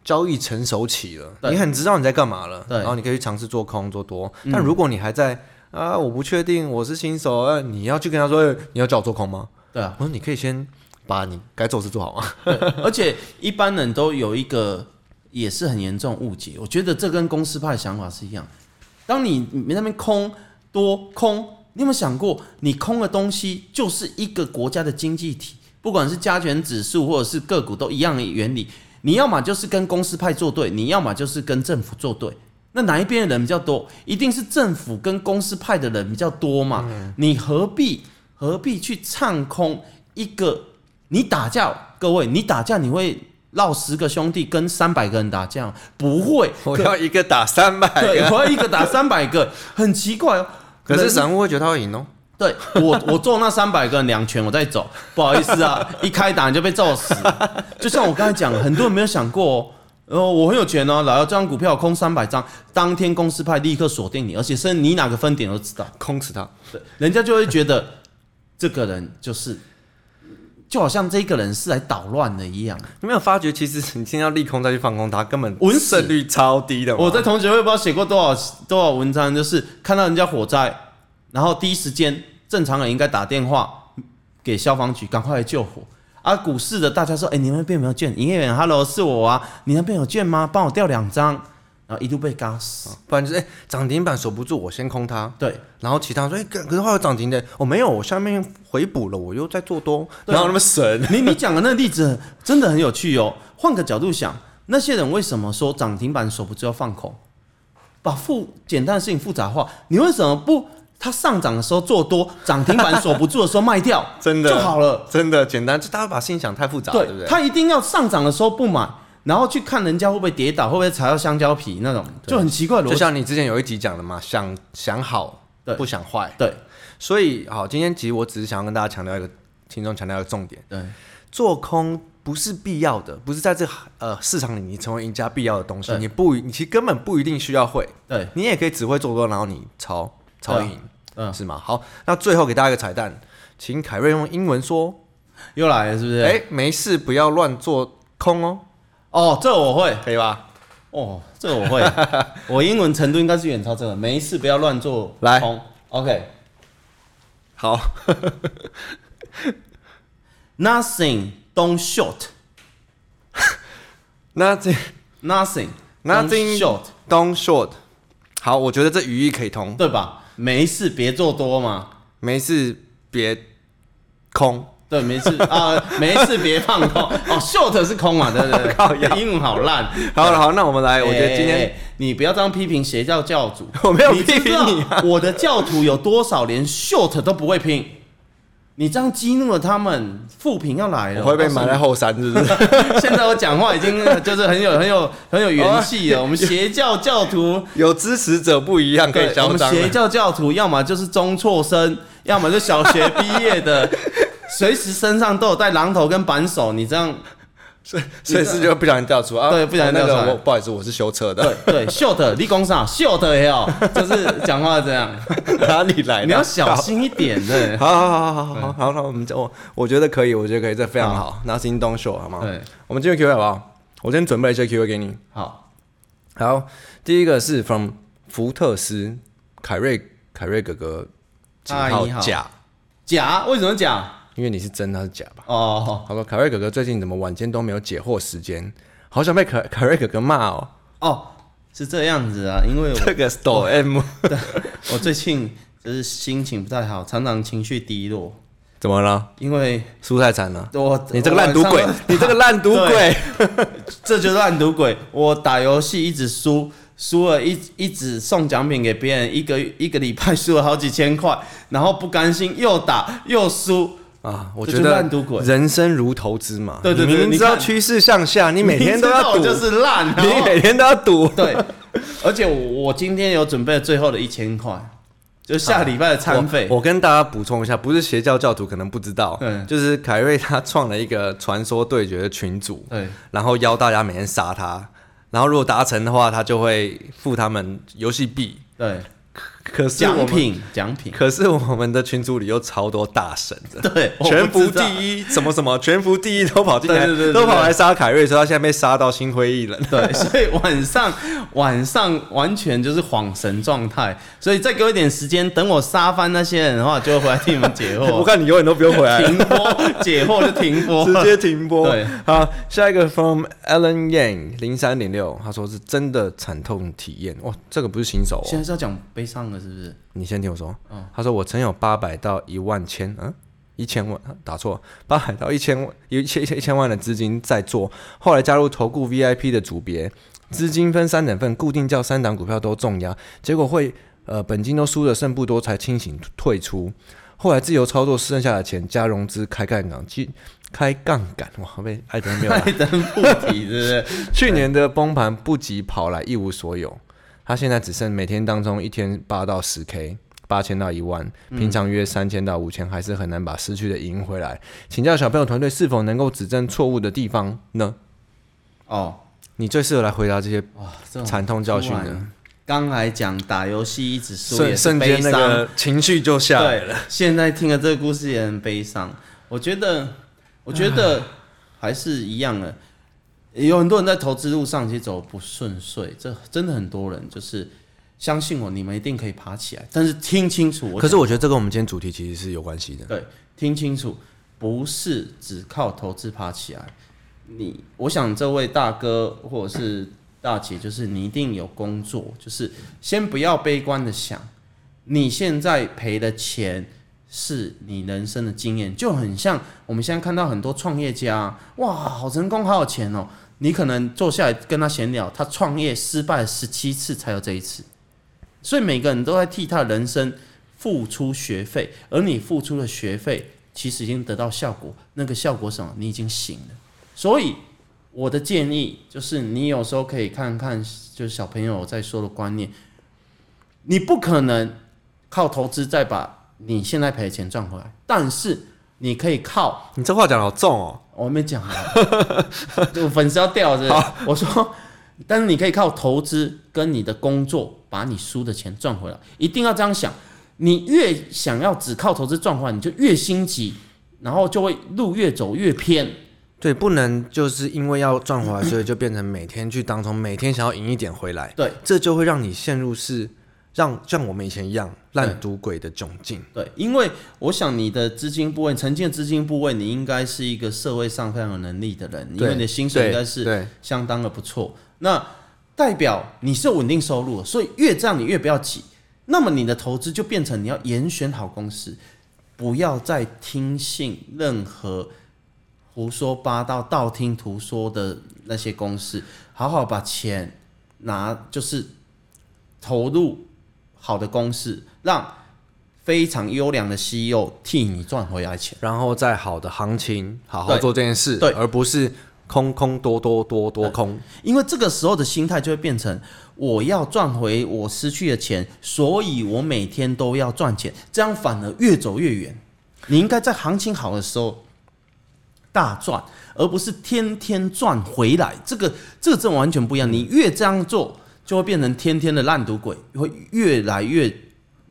[SPEAKER 1] 交易成熟期了，
[SPEAKER 2] 对
[SPEAKER 1] 你很知道你在干嘛了，
[SPEAKER 2] 对
[SPEAKER 1] 然后你可以去尝试做空做多。但如果你还在啊，我不确定，我是新手，呃，你要去跟他说，哎你要叫我做空吗？
[SPEAKER 2] 对啊。
[SPEAKER 1] 我说你可以先把你该做的事做好啊。
[SPEAKER 2] 而且一般人都有一个也是很严重误解，我觉得这跟公司派的想法是一样。当你你那边空多空，你有没有想过，你空的东西就是一个国家的经济体，不管是加权指数或者是个股都一样的原理。你要么就是跟公司派作对，你要么就是跟政府作对。那哪一边的人比较多？一定是政府跟公司派的人比较多嘛？你何必何必去唱空一个你打架，各位，你打架你会闹十个兄弟跟三百个人打架吗？不会，
[SPEAKER 1] 我要一个打三百
[SPEAKER 2] 对，
[SPEAKER 1] 个，
[SPEAKER 2] 我要一个打三百个， 很奇怪哦。
[SPEAKER 1] 可是
[SPEAKER 2] 人
[SPEAKER 1] 散户会觉得他会赢哦。
[SPEAKER 2] 对我，我揍那三百个人两拳，我 再走，不好意思啊，一开打你就被揍死。就像我刚才讲，很多人没有想过、哦，呃，我很有钱哦，然后这张股票我空三百张，当天公司派立刻锁定你，而且是你哪个分点都知道。
[SPEAKER 1] 空死他，
[SPEAKER 2] 对，人家就会觉得 这个人就是，就好像这个人是来捣乱的一样。
[SPEAKER 1] 你没有发觉，其实你先要利空再去放空它，根本
[SPEAKER 2] 稳死
[SPEAKER 1] 胜率超低的嘛。
[SPEAKER 2] 我在同学会不知道写过多少多少文章，就是看到人家火灾，然后第一时间正常人应该打电话给消防局，赶快来救火。啊，股市的大家说，哎、你们那边有没有券？营业员，Hello，是我啊，你那边有券吗？帮我调两张。然后一度被嘎死。
[SPEAKER 1] 不然就是哎，涨、停板守不住，我先空它。
[SPEAKER 2] 对，
[SPEAKER 1] 然后其他人说，哎、可可是后来有涨停的，我、没有，我下面回补了，我又在做多，
[SPEAKER 2] 对啊
[SPEAKER 1] 然后那么神，，
[SPEAKER 2] 你你讲的那个例子真的很有趣哦。换个角度想，那些人为什么说涨停板守不住要放空？把复简单的事情复杂化，你为什么不它上涨的时候做多，涨停板锁不住的时候卖掉
[SPEAKER 1] 真的
[SPEAKER 2] 就好了。
[SPEAKER 1] 真的简单，就大家把事情想太复杂，对不对？
[SPEAKER 2] 他一定要上涨的时候不买，然后去看人家会不会跌倒，会不会踩到香蕉皮那种，就很奇怪的逻
[SPEAKER 1] 就
[SPEAKER 2] 辑。
[SPEAKER 1] 像你之前有一集讲的嘛，想想好，
[SPEAKER 2] 对
[SPEAKER 1] 不想坏。
[SPEAKER 2] 对
[SPEAKER 1] 所以好，今天其实我只是想要跟大家强调一个听众强调一个重点：
[SPEAKER 2] 对
[SPEAKER 1] 做空不是必要的，不是在这个呃市场里你成为赢家必要的东西。
[SPEAKER 2] 对
[SPEAKER 1] 你不，你其实根本不一定需要会，
[SPEAKER 2] 对，
[SPEAKER 1] 你也可以只会做多，然后你超超
[SPEAKER 2] 对啊
[SPEAKER 1] 赢，
[SPEAKER 2] 嗯，
[SPEAKER 1] 是吗？好，那最后给大家一个彩蛋，请凯瑞用英文说：
[SPEAKER 2] 又来了是不是？
[SPEAKER 1] 哎，没事，不要乱做空哦，
[SPEAKER 2] 哦，这我会，
[SPEAKER 1] 可以吧？
[SPEAKER 2] 哦，这个我会， 我英文程度应该是远超这个，没事不要乱做
[SPEAKER 1] 来
[SPEAKER 2] 空。OK。
[SPEAKER 1] 好，
[SPEAKER 2] Nothing, don't short.
[SPEAKER 1] 那这
[SPEAKER 2] Nothing, don't
[SPEAKER 1] Nothing-
[SPEAKER 2] short，
[SPEAKER 1] Don short，好，我觉得这语义可以通，
[SPEAKER 2] 对吧？没事，别做多嘛。
[SPEAKER 1] 没事别空。
[SPEAKER 2] 对，没 事啊、没事，别放空。哦，short 是空嘛，对对对。
[SPEAKER 1] 靠腰
[SPEAKER 2] 英文好烂。
[SPEAKER 1] 好了，好，那我们来，我觉得今
[SPEAKER 2] 哎哎
[SPEAKER 1] 天
[SPEAKER 2] 哎你不要这样批评邪教教主
[SPEAKER 1] ，我没有
[SPEAKER 2] 你知
[SPEAKER 1] 批评你啊
[SPEAKER 2] 道 我的教徒有多少连 short 都不会拼？你这样激怒了他们，负评要来了。哦
[SPEAKER 1] 我会被
[SPEAKER 2] 我告诉
[SPEAKER 1] 埋
[SPEAKER 2] 你
[SPEAKER 1] 在后山，是
[SPEAKER 2] 哎
[SPEAKER 1] 不是？
[SPEAKER 2] 现在我讲话已经呃就是很有很有很有元气了。我们邪教教徒，
[SPEAKER 1] 有支持者不一哦 样，可以
[SPEAKER 2] 对，我
[SPEAKER 1] 嚣
[SPEAKER 2] 们
[SPEAKER 1] 张
[SPEAKER 2] 邪
[SPEAKER 1] 了。
[SPEAKER 2] 教教徒要么就是中辍生，要么就小学毕 业的，随时身上都有带榔头跟扳手。你这样，
[SPEAKER 1] 所以 所以是就不小心掉出啊，
[SPEAKER 2] 对不小心
[SPEAKER 1] 那
[SPEAKER 2] 掉出来
[SPEAKER 1] 个我不好意思，我是修车
[SPEAKER 2] 对
[SPEAKER 1] 的，
[SPEAKER 2] 对，short 立功上 short 也有，就是讲话 这样，
[SPEAKER 1] 哪里来的？
[SPEAKER 2] 你要小心一点的。
[SPEAKER 1] 好。好好好好好好，那我们就我我觉得可以，我觉得可以，这非常好。拿行动秀好吗？
[SPEAKER 2] 对，
[SPEAKER 1] 我们进入 Q&A 好不好？我今天准备了一些 Q&A 给你。
[SPEAKER 2] 好，
[SPEAKER 1] 好，第一个是 from 福特斯凯瑞凯瑞哥哥，井
[SPEAKER 2] 嗨
[SPEAKER 1] 号
[SPEAKER 2] 你好
[SPEAKER 1] 假，
[SPEAKER 2] 假为什么假？
[SPEAKER 1] 因为你是真，他是假吧？
[SPEAKER 2] 哦
[SPEAKER 1] 他说：“凯瑞哥哥最近怎么晚间都没有解惑时间？好想被凯凯瑞哥哥骂哦。
[SPEAKER 2] 哦，是这样子啊，因为我
[SPEAKER 1] 这个是抖 M
[SPEAKER 2] 我最近就是心情不太好，常常情绪低落，
[SPEAKER 1] 怎么了？
[SPEAKER 2] 因为
[SPEAKER 1] 输太惨了！
[SPEAKER 2] 我
[SPEAKER 1] 你这个烂赌
[SPEAKER 2] 我
[SPEAKER 1] 鬼
[SPEAKER 2] 晚上！啊
[SPEAKER 1] 你这个烂赌鬼！
[SPEAKER 2] 这就是烂赌鬼。我打游戏一直输，输了一一直送奖品给别人，一个一个礼拜输了好几千块，然后不甘心又打又输，
[SPEAKER 1] 啊，我
[SPEAKER 2] 这
[SPEAKER 1] 觉
[SPEAKER 2] 就是
[SPEAKER 1] 得
[SPEAKER 2] 烂赌鬼
[SPEAKER 1] 人生如投资嘛。
[SPEAKER 2] 对对对
[SPEAKER 1] 你明
[SPEAKER 2] 你
[SPEAKER 1] 知道
[SPEAKER 2] 看
[SPEAKER 1] 趋势向下，你每天都要赌，
[SPEAKER 2] 明知道我就是烂，然
[SPEAKER 1] 你
[SPEAKER 2] 后
[SPEAKER 1] 每天都要赌。
[SPEAKER 2] 对，而且我我今天有准备最后的一千块，就下礼拜的餐费
[SPEAKER 1] 我。我跟大家补充一下，不是邪教教徒可能不知道，
[SPEAKER 2] 嗯
[SPEAKER 1] 就是凯瑞他创了一个传说对决的群组，
[SPEAKER 2] 对，
[SPEAKER 1] 然后邀大家每天杀他，然后如果达成的话，他就会付他们游戏币。
[SPEAKER 2] 对，
[SPEAKER 1] 可是我
[SPEAKER 2] 奖
[SPEAKER 1] 们
[SPEAKER 2] 品奖品，
[SPEAKER 1] 可是我们的群组里有超多大神的，
[SPEAKER 2] 对，我不
[SPEAKER 1] 全服
[SPEAKER 2] 知道
[SPEAKER 1] 第一什么什么，全服第一都跑进来，
[SPEAKER 2] 对对对对
[SPEAKER 1] 都跑来杀凯瑞，说他现在被杀到心灰意冷。
[SPEAKER 2] 对，所以晚上晚上完全就是恍神状态，所以再给我一点时间，等我杀翻那些人的话，就会回来替你们 解
[SPEAKER 1] 我
[SPEAKER 2] 惑。
[SPEAKER 1] 看你永远都不用回来了，
[SPEAKER 2] 停播 解惑就停播，
[SPEAKER 1] 直接停播。
[SPEAKER 2] 对，
[SPEAKER 1] 好，下一个 from Alan Yang 零三零六，他说是真的惨痛体验，哇，这个不是新手哦。
[SPEAKER 2] 现在是要讲悲伤了，是不是？
[SPEAKER 1] 你先听我说，他说我曾有八百到一万千，嗯。一千万打错，八百到一千万，有一千一千一千万的资金在做，后来加入投顾 VIP 的组别，资金分三等份，固定叫三档股票都重压，结果会呃本金都输的剩不多，才清醒退出。后来自由操作剩下的钱加融资开杠杆，去开杠杆，哇，被艾德没有
[SPEAKER 2] 拜
[SPEAKER 1] 来。
[SPEAKER 2] 登附体，是不是？
[SPEAKER 1] 去年的崩盘不及跑来一无所有，他现在只剩每天当中一天八到十 K，八千到一万，平常约三千到五千，还是很难把失去的赢回来。请教小朋友团队是否能够指正错误的地方呢？
[SPEAKER 2] 哦，
[SPEAKER 1] 你最适合来回答这些
[SPEAKER 2] 哇，这种
[SPEAKER 1] 惨痛教训
[SPEAKER 2] 突
[SPEAKER 1] 的
[SPEAKER 2] 然，刚才讲打游戏一直输也
[SPEAKER 1] 瞬
[SPEAKER 2] 是
[SPEAKER 1] 瞬
[SPEAKER 2] 悲
[SPEAKER 1] 间那
[SPEAKER 2] 伤，
[SPEAKER 1] 个情绪就下来
[SPEAKER 2] 对
[SPEAKER 1] 了。，
[SPEAKER 2] 现在听了这个故事也很悲伤。我觉得，我觉得还是一样的。有很多人在投资路上其实走不顺遂，这真的很多人就是相信我，你们一定可以爬起来。但是听清楚我讲，
[SPEAKER 1] 可是我觉得这跟我们今天主题其实是有关系的。
[SPEAKER 2] 对，听清楚，不是只靠投资爬起来。你，我想这位大哥或者是大姐，就是你一定有工作，就是先不要悲观的想，你现在赔的钱是你人生的经验，就很像我们现在看到很多创业家，哇，好成功，好有钱哦。你可能坐下来跟他闲聊，他创业失败十七次才有这一次，所以每个人都在替他人生付出学费，而你付出的学费其实已经得到效果，那个效果是什么？你已经醒了。所以我的建议就是，你有时候可以看看，就是小朋友在说的观念，你不可能靠投资再把你现在赔的钱赚回来，但是你可以靠
[SPEAKER 1] 你这话讲的好重哦，
[SPEAKER 2] 我没讲啊， 就粉丝要掉是不是我说，但是你可以靠投资跟你的工作把你输的钱赚回来，一定要这样想。你越想要只靠投资赚回来，你就越心急，然后就会路越走越偏。
[SPEAKER 1] 对，不能就是因为要赚回来，所以就变成每天去当中，每天想要赢一点回来，
[SPEAKER 2] 对
[SPEAKER 1] 这就会让你陷入是让像我们以前一样烂赌鬼的窘境。
[SPEAKER 2] 对，因为我想你的资金部位，曾经的资金部位，你应该是一个社会上非常有能力的人，因
[SPEAKER 1] 对
[SPEAKER 2] 为你的薪水应该
[SPEAKER 1] 对
[SPEAKER 2] 是
[SPEAKER 1] 对
[SPEAKER 2] 相当的不错。那代表你是有稳定收入的，所以越这样你越不要急。那么你的投资就变成你要严选好公司，不要再听信任何胡说八道、道听途说的那些公司，好好把钱拿就是投入好的公司，让非常优良的 CEO 替你赚回来钱。
[SPEAKER 1] 然后在好的行情好好
[SPEAKER 2] 对
[SPEAKER 1] 做这件事，
[SPEAKER 2] 对
[SPEAKER 1] 而不是空空多多多多空。
[SPEAKER 2] 因为这个时候的心态就会变成我要赚回我失去的钱，所以我每天都要赚钱，这样反而越走越远。你应该在行情好的时候大赚，而不是天天赚回来。这个这个真的完全不一样。你越这样做，就会变成天天的烂赌鬼，会越来越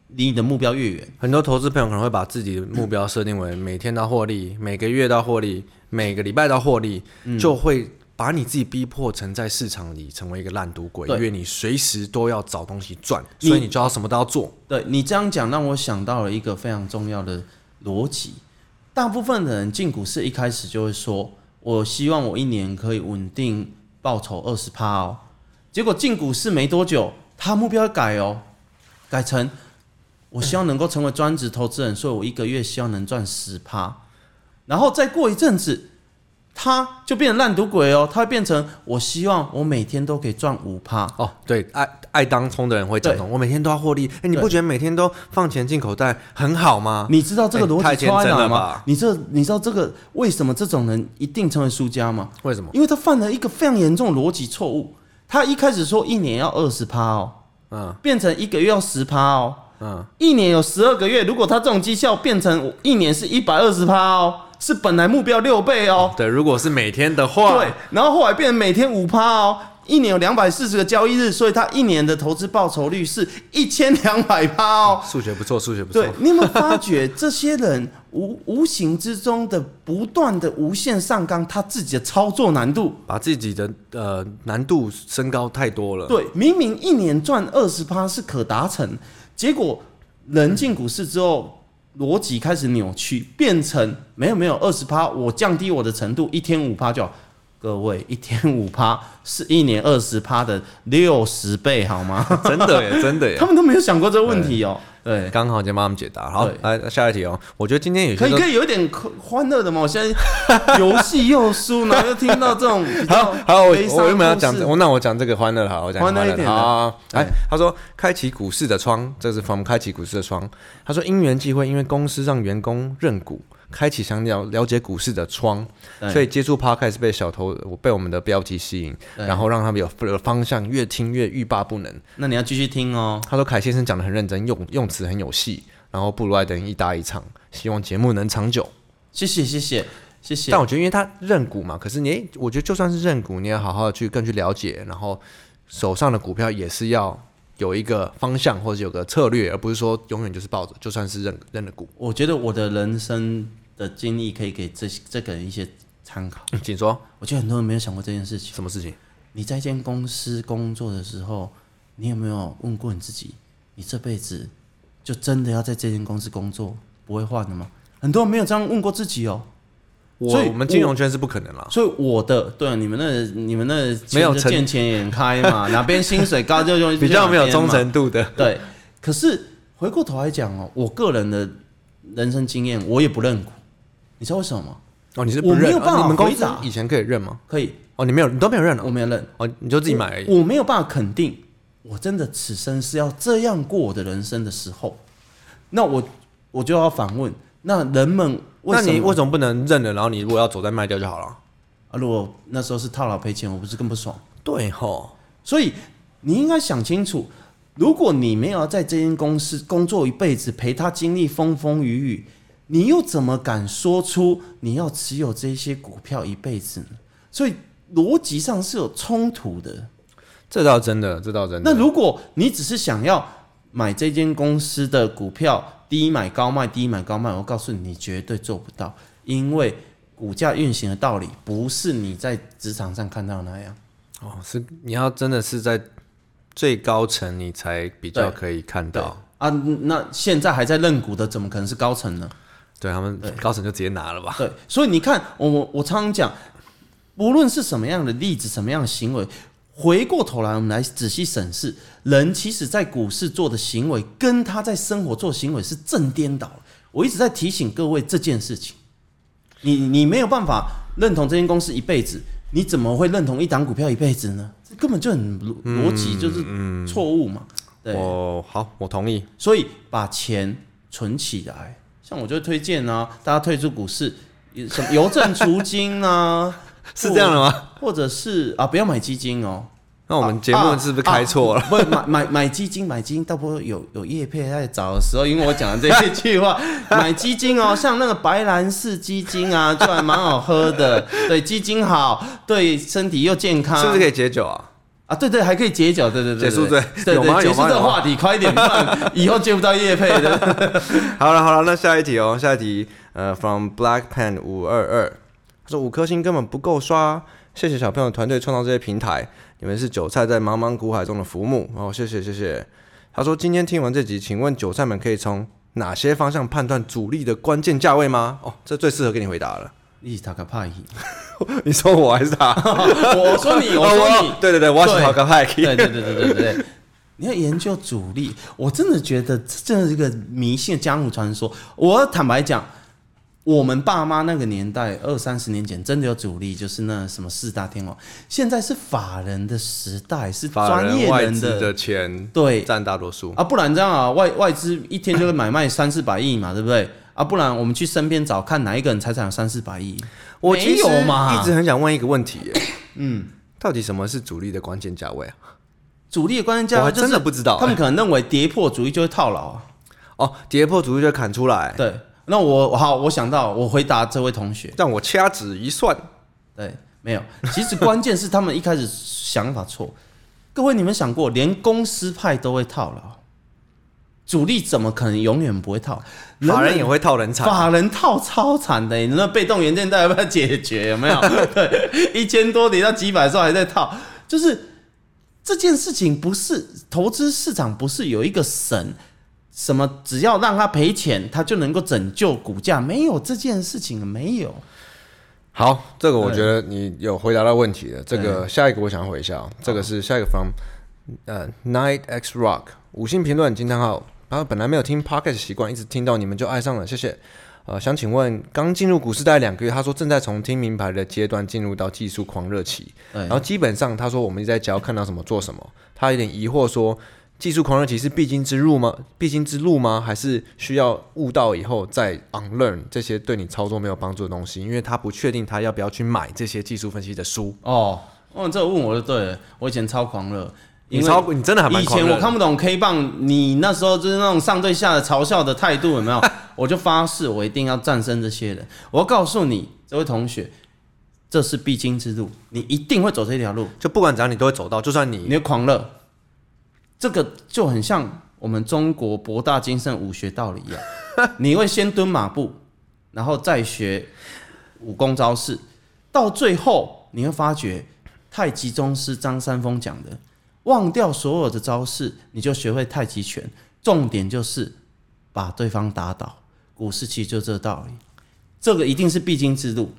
[SPEAKER 2] 离你的目标越远。
[SPEAKER 1] 很多投资朋友可能会把自己的目标设定为每天到获利，每个月到获利，每个礼拜到获利，
[SPEAKER 2] 嗯
[SPEAKER 1] 就会把你自己逼迫成在市场里成为一个烂赌鬼，
[SPEAKER 2] 对
[SPEAKER 1] 因为你随时都要找东西赚，
[SPEAKER 2] 你
[SPEAKER 1] 所以你就要什么都要做。
[SPEAKER 2] 对你这样讲，让我想到了一个非常重要的逻辑。大部分的人进股市一开始就会说：“我希望我一年可以稳定报酬二十趴哦。”结果进股市没多久，他目标改哦，改成我希望能够成为专职投资人，所以我一个月希望能赚十趴。然后再过一阵子，他就变成烂赌鬼哦，他会变成我希望我每天都可以赚五趴。
[SPEAKER 1] 哦，对，爱爱当冲的人会讲
[SPEAKER 2] 对
[SPEAKER 1] 说，我每天都要获利，哎，你不觉得每天都放钱进口袋很好吗？
[SPEAKER 2] 你知道这个逻
[SPEAKER 1] 哎太
[SPEAKER 2] 辑
[SPEAKER 1] 天
[SPEAKER 2] 差在
[SPEAKER 1] 真
[SPEAKER 2] 哪
[SPEAKER 1] 了
[SPEAKER 2] 吗
[SPEAKER 1] 吧？
[SPEAKER 2] 你这你知道这个为什么这种人一定成为输家吗？
[SPEAKER 1] 为什么？
[SPEAKER 2] 因为他犯了一个非常严重的逻辑错误。他一开始说一年要二十趴哦，
[SPEAKER 1] 嗯
[SPEAKER 2] 变成一个月要十趴哦，
[SPEAKER 1] 嗯，
[SPEAKER 2] 一年有十二个月，如果他这种绩效变成一年是一百二十趴哦，是本来目标六倍哦，
[SPEAKER 1] 对，如果是每天的话，
[SPEAKER 2] 对，然后后来变成每天五趴哦。一年有两百四十个交易日，所以他一年的投资报酬率是一千两百趴哦。
[SPEAKER 1] 数学不错，数学不错
[SPEAKER 2] 对，，你有没有发觉这些人无无形之中的不断的无限上纲，他自己的操作难度？
[SPEAKER 1] 把自己的呃难度升高太多了。
[SPEAKER 2] 对，明明一年赚二十趴是可达成，结果人进股市之后，逻辑开始扭曲，变成没有没有二十趴，我降低我的程度，一天五趴就好。各位，一天五趴是一年二十趴的六十倍，好吗？
[SPEAKER 1] 真的耶，真的耶
[SPEAKER 2] 他。们都没有想过这个问题哦、对，
[SPEAKER 1] 刚好就帮他们解答。好
[SPEAKER 2] 对，
[SPEAKER 1] 来下一题哦。我觉得今天有
[SPEAKER 2] 可
[SPEAKER 1] 些
[SPEAKER 2] 以
[SPEAKER 1] 都
[SPEAKER 2] 可以有一点快欢乐的吗？我现在游戏又输，然后又听到这种比较
[SPEAKER 1] 好好，我
[SPEAKER 2] 悲伤
[SPEAKER 1] 我原本要
[SPEAKER 2] 的
[SPEAKER 1] 讲
[SPEAKER 2] 故
[SPEAKER 1] 这，
[SPEAKER 2] 事
[SPEAKER 1] 我那我讲这个欢乐的好，我讲
[SPEAKER 2] 欢乐一
[SPEAKER 1] 乐的
[SPEAKER 2] 点
[SPEAKER 1] 好
[SPEAKER 2] 的
[SPEAKER 1] 好。好来，他说开启股市的窗，这是 from 开启股市的窗。他说因缘际会，因为公司让员工认股，开启想了了解股市的窗，
[SPEAKER 2] 对
[SPEAKER 1] 所以接触 podcast 被小头被我们的标题吸引，
[SPEAKER 2] 对
[SPEAKER 1] 然后让他们有方向，越听越欲罢不能。
[SPEAKER 2] 那你要继续听哦。
[SPEAKER 1] 他说凯先生讲的很认真，用用词很有戏，然后不如爱的人一搭一唱，希望节目能长久。
[SPEAKER 2] 谢谢谢谢谢谢
[SPEAKER 1] 但。我觉得，因为他认股嘛，可是你，诶我觉得就算是认股，你也好好的去更去了解，然后手上的股票也是要有一个方向或者有个策略，而不是说永远就是抱着，就算是认认了股。
[SPEAKER 2] 我觉得我的人生的经历可以给这这个人一些参考。
[SPEAKER 1] 嗯请说
[SPEAKER 2] 我觉得很多人没有想过这件事情。
[SPEAKER 1] 什么事情？
[SPEAKER 2] 你在一间公司工作的时候，你有没有问过你自己，你这辈子就真的要在这间公司工作，不会换的吗？很多人没有这样问过自己哦。
[SPEAKER 1] 我
[SPEAKER 2] 所以
[SPEAKER 1] 我们金融圈是不可能啦。
[SPEAKER 2] 所以我的对啊，你们那你们那
[SPEAKER 1] 没有
[SPEAKER 2] 钱就见钱眼开嘛，哪边薪水高就用
[SPEAKER 1] 比较没有忠。
[SPEAKER 2] 就哪边嘛
[SPEAKER 1] 诚度的，
[SPEAKER 2] 对，可是回过头来讲哦，我个人的人生经验，我也不认股，你知道为什么吗？
[SPEAKER 1] 哦，你是不
[SPEAKER 2] 我没
[SPEAKER 1] 认，
[SPEAKER 2] 有
[SPEAKER 1] 哦
[SPEAKER 2] 办法
[SPEAKER 1] 你们公
[SPEAKER 2] 回
[SPEAKER 1] 司
[SPEAKER 2] 答
[SPEAKER 1] 以前可以认吗？
[SPEAKER 2] 可以，
[SPEAKER 1] 哦，你没有，你都没有认了
[SPEAKER 2] 我，没有认，
[SPEAKER 1] 哦，你就自己买而已。
[SPEAKER 2] 我没有办法肯定，我真的此生是要这样过我的人生的时候，那我我就要反问，那人们为
[SPEAKER 1] 那
[SPEAKER 2] 什么？
[SPEAKER 1] 你为什么不能认了？然后你如果要走再卖掉就好了。
[SPEAKER 2] 啊，如果那时候是套牢赔钱，我不是更不爽？
[SPEAKER 1] 对吼，
[SPEAKER 2] 所以你应该想清楚，如果你没有要在这间公司工作一辈子，陪他经历风风雨雨，你又怎么敢说出你要持有这些股票一辈子呢？所以逻辑上是有冲突的。
[SPEAKER 1] 这倒真的，这倒真的。
[SPEAKER 2] 那如果你只是想要买这间公司的股票，低买高卖，低买高卖，我告诉你，你绝对做不到，因为股价运行的道理不是你在职场上看到的那样。
[SPEAKER 1] 哦，是你要真的是在最高层，你才比较可以看到。
[SPEAKER 2] 啊，那现在还在认股的，怎么可能是高层呢？
[SPEAKER 1] 对他们高层就直接拿了吧。
[SPEAKER 2] 对，所以你看，我我我常常讲，无论是什么样的例子，什么样的行为，回过头来我们来仔细审视，人其实在股市做的行为，跟他在生活做的行为是正颠倒的。我一直在提醒各位这件事情，你你没有办法认同这间公司一辈子，你怎么会认同一档股票一辈子呢？这根本就很逻逻辑就是错误嘛。对，
[SPEAKER 1] 我哦好，我同意。，
[SPEAKER 2] 所以把钱存起来，像我就推荐啊，大家退出股市，什么邮政储金啊
[SPEAKER 1] 是这样的吗？
[SPEAKER 2] 或，或者是啊，不要买基金哦，
[SPEAKER 1] 那我们节目是不是开错了？
[SPEAKER 2] 不买买买基金，买基金，到不有有叶配在找的时候，因为我讲的这一句话， 买基金哦，像那个白兰氏基金啊，就还蛮好喝的， 对基金好，对身体又健康，
[SPEAKER 1] 是不是可以解酒啊？
[SPEAKER 2] 啊，对对，还可以解酒，对对对，
[SPEAKER 1] 结束
[SPEAKER 2] 对
[SPEAKER 1] 这
[SPEAKER 2] 对
[SPEAKER 1] 有吗
[SPEAKER 2] 对，结
[SPEAKER 1] 有
[SPEAKER 2] 束
[SPEAKER 1] 吗
[SPEAKER 2] 这
[SPEAKER 1] 有
[SPEAKER 2] 个
[SPEAKER 1] 吗
[SPEAKER 2] 话题，快一点，不然以后接不到叶配的。
[SPEAKER 1] 好了好了，那下一题哦，下一题，呃，from Black Pen 五二二，他说五颗星根本不够刷，谢谢小朋友团队创造这些平台，你们是韭菜在茫茫股海中的浮木，哦，谢谢谢谢。他说今天听完这集，请问韭菜们可以从哪些方向判断主力的关键价位吗？哦，这最适合给你回答了。
[SPEAKER 2] 你是塔卡帕伊，
[SPEAKER 1] 你说我还是 他？
[SPEAKER 2] 我说你，我说你，
[SPEAKER 1] 对对对，哦我是
[SPEAKER 2] 对
[SPEAKER 1] 好个派克。
[SPEAKER 2] 对对对对对对对，你要研究主力，我真的觉得这真的是一个迷信的江湖传说。我坦白讲，我们爸妈那个年代，二三十年前真的有主力，就是那什么四大天王。现在是法人的时代，是
[SPEAKER 1] 法
[SPEAKER 2] 专
[SPEAKER 1] 人
[SPEAKER 2] 业
[SPEAKER 1] 外
[SPEAKER 2] 人
[SPEAKER 1] 资的钱
[SPEAKER 2] 对
[SPEAKER 1] 占大多数，
[SPEAKER 2] 啊，不然这样啊，外外资一天就会买卖三四百亿嘛，对不对？啊，不然我们去身边找，看哪一个人财产有三四百亿？
[SPEAKER 1] 我
[SPEAKER 2] 没
[SPEAKER 1] 其实
[SPEAKER 2] 有嘛，
[SPEAKER 1] 一直很想问一个问题 耶，嗯，到底什么是主力的关键价位啊？
[SPEAKER 2] 主力的关键价
[SPEAKER 1] 我还
[SPEAKER 2] 位就是
[SPEAKER 1] 真的不知道
[SPEAKER 2] 他们
[SPEAKER 1] 哎
[SPEAKER 2] 可能认为跌破主力就会套牢啊。
[SPEAKER 1] 哦，跌破主力就砍出来，
[SPEAKER 2] 对，那我好，我想到我回答这位同学，
[SPEAKER 1] 让我掐指一算，
[SPEAKER 2] 对，没有，其实关键是他们一开始想法错。各位，你们想过，连公司派都会套牢，主力怎么可能永远不会套？
[SPEAKER 1] 法人也
[SPEAKER 2] 有
[SPEAKER 1] 会套人惨。
[SPEAKER 2] 法人套超惨的，你那被动元件到底要不要解决？有没 有？对，一千多跌到几百的时候还在套，就是这件事情不是投资市场，不是有一个神，什么只要让他赔钱，他就能够拯救股价，没有这件事情，没有。
[SPEAKER 1] 好，这个我觉得你有回答到问题了。这个下一个我想回一下哦，这个是下一个方，呃，Night X Rock 五星评论惊叹号。然后本来没有听 Podcast 习惯，一直听到你们就爱上了，谢谢。呃，想请问，刚进入股市大概两个月，他说正在从听名牌的阶段进入到技术狂热期，
[SPEAKER 2] 对
[SPEAKER 1] 然后基本上他说我们一直在教看到什么做什么，他有点疑惑说，技术狂热期是必经之路吗？必经之路吗？还是需要悟到以后再 unlearn 这些对你操作没有帮助的东西？因为他不确定他要不要去买这些技术分析的书。
[SPEAKER 2] 哦，哦，这问我就对了，我以前超狂热，因
[SPEAKER 1] 你
[SPEAKER 2] 为
[SPEAKER 1] 超过，你真的还蛮
[SPEAKER 2] 以
[SPEAKER 1] 狂
[SPEAKER 2] 前
[SPEAKER 1] 热的
[SPEAKER 2] 我看不懂 K 棒，你那时候就是那种上对下的嘲笑的态度，有没有？ 我就发誓，我一定要战胜这些人。我要告诉你，这位同学，这是必经之路，你一定会走这条路，
[SPEAKER 1] 就不管怎样你都会走到，就算你
[SPEAKER 2] 你会狂热。这个就很像我们中国博大精深武学道理一样，你会先蹲马步，然后再学武功招式，到最后你会发觉，太极宗师张三丰讲的，忘掉所有的招式，你就学会太极拳。重点就是把对方打倒。股市其实就这道理，这个一定是必经之路。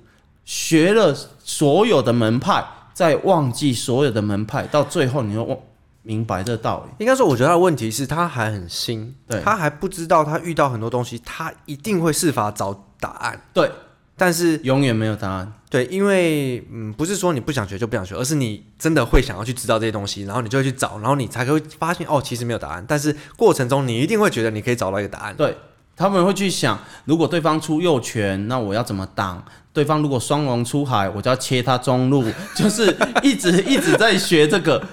[SPEAKER 2] 学了所有的门派，再忘记所有的门派，到最后你会忘明白这道理。
[SPEAKER 1] 应该说，我觉得他的问题是他还很新，
[SPEAKER 2] 对
[SPEAKER 1] 他还不知道他遇到很多东西，他一定会试法找答案。
[SPEAKER 2] 对，
[SPEAKER 1] 但是
[SPEAKER 2] 永远没有答案。
[SPEAKER 1] 对，因为嗯，不是说你不想学就不想学，而是你真的会想要去知道这些东西，然后你就会去找，然后你才会发现哦，其实没有答案。但是过程中你一定会觉得你可以找到一个答案。
[SPEAKER 2] 对，他们会去想，如果对方出右拳，那我要怎么挡？对方如果双龙出海，我就要切他中路， 就是一直一直在学这个。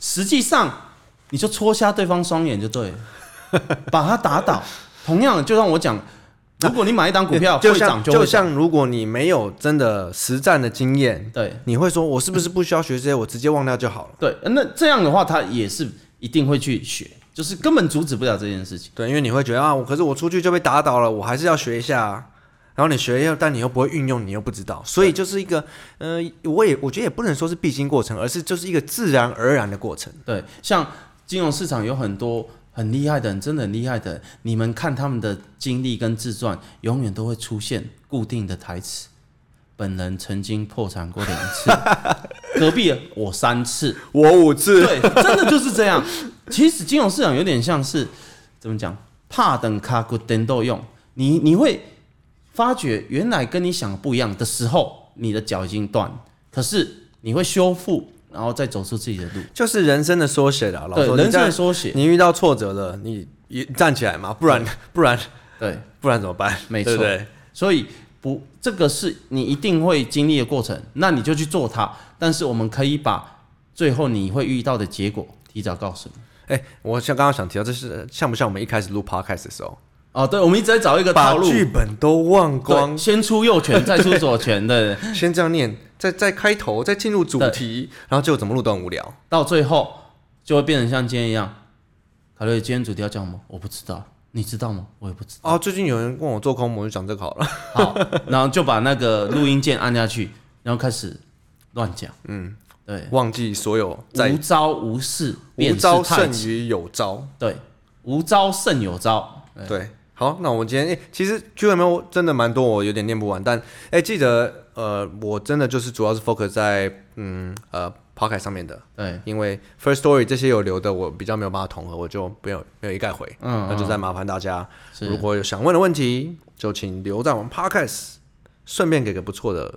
[SPEAKER 2] 实际上，你就戳瞎对方双眼就对了，把他打倒。同样的，就像我讲，如果你买一档股 票，
[SPEAKER 1] 就
[SPEAKER 2] 会涨
[SPEAKER 1] 像
[SPEAKER 2] 就会
[SPEAKER 1] 就
[SPEAKER 2] 涨。
[SPEAKER 1] 像如果你没有真的实战的经验，
[SPEAKER 2] 对
[SPEAKER 1] 你会说我是不是不需要学这些，我直接忘掉就好了。
[SPEAKER 2] 对，那这样的话，他也是一定会去学，就是根本阻止不了这件事情。
[SPEAKER 1] 对，因为你会觉得啊，我可是我出去就被打倒了，我还是要学一下啊、然后你学又，但你又不会运用，你又不知道，所以就是一个，呃，我也我觉得也不能说是必经过程，而是就是一个自然而然的过程。
[SPEAKER 2] 对，像金融市场有很多很厉害的人，真的很厉害的人，你们看他们的经历跟自传，永远都会出现固定的台词。本人曾经破产过两次， 隔壁我三次，
[SPEAKER 1] 我五次，
[SPEAKER 2] 对，真的就是这样。其实金融市场有点像是怎么讲，怕等卡古等都用，你你会发觉原来跟你想的不一样的时候，你的脚已经断，可是你会修复，然后再走出自己的路。
[SPEAKER 1] 就是人生的缩写啦。老
[SPEAKER 2] 对，
[SPEAKER 1] 说
[SPEAKER 2] 人
[SPEAKER 1] 你这
[SPEAKER 2] 生
[SPEAKER 1] 样
[SPEAKER 2] 的缩写。
[SPEAKER 1] 你遇到挫折了，你一站起来嘛，不然 不然
[SPEAKER 2] 对，
[SPEAKER 1] 不然怎么办？
[SPEAKER 2] 没
[SPEAKER 1] 对不
[SPEAKER 2] 错
[SPEAKER 1] 对
[SPEAKER 2] 所以不，这个是你一定会经历的过程，那你就去做它。但是我们可以把最后你会遇到的结果提早告诉你。
[SPEAKER 1] 哎、我像刚刚想提到，这是像不像我们一开始录 podcast 的时候，
[SPEAKER 2] 哦，对，我们一直在找一个
[SPEAKER 1] 把
[SPEAKER 2] 套路，
[SPEAKER 1] 剧本都忘光
[SPEAKER 2] 对，先出右拳， 再出左拳的，对
[SPEAKER 1] 先这样念，再再开头，再进入主
[SPEAKER 2] 对
[SPEAKER 1] 题，然后结果怎么录都很无聊。
[SPEAKER 2] 到最后就会变成像今天一样。卡瑞，今天主题要讲什么？我不知道，你知道吗？我也不知道。
[SPEAKER 1] 哦，最近有人问我做空，我就讲这个好了。
[SPEAKER 2] 好，然后就把那个录音键按下去，然后开始乱讲。嗯，对，
[SPEAKER 1] 忘记所有在
[SPEAKER 2] 无招无式，
[SPEAKER 1] 无
[SPEAKER 2] 便是
[SPEAKER 1] 招
[SPEAKER 2] 太
[SPEAKER 1] 胜于有招。
[SPEAKER 2] 对，无招胜有招。
[SPEAKER 1] 对，好，那我们今天诶、其实 QMO 真的蛮多，我有点念不完，但诶、记得呃，我真的就是主要是 focus 在嗯呃 Pocket 上面的，
[SPEAKER 2] 对，
[SPEAKER 1] 因为 First Story 这些有留的，我比较没有办法统合，我就没有没有一概回。
[SPEAKER 2] 嗯
[SPEAKER 1] 那就再麻烦大家，
[SPEAKER 2] 是
[SPEAKER 1] 如果有想问的问题，就请留在我们 Podcast，顺便给个不错的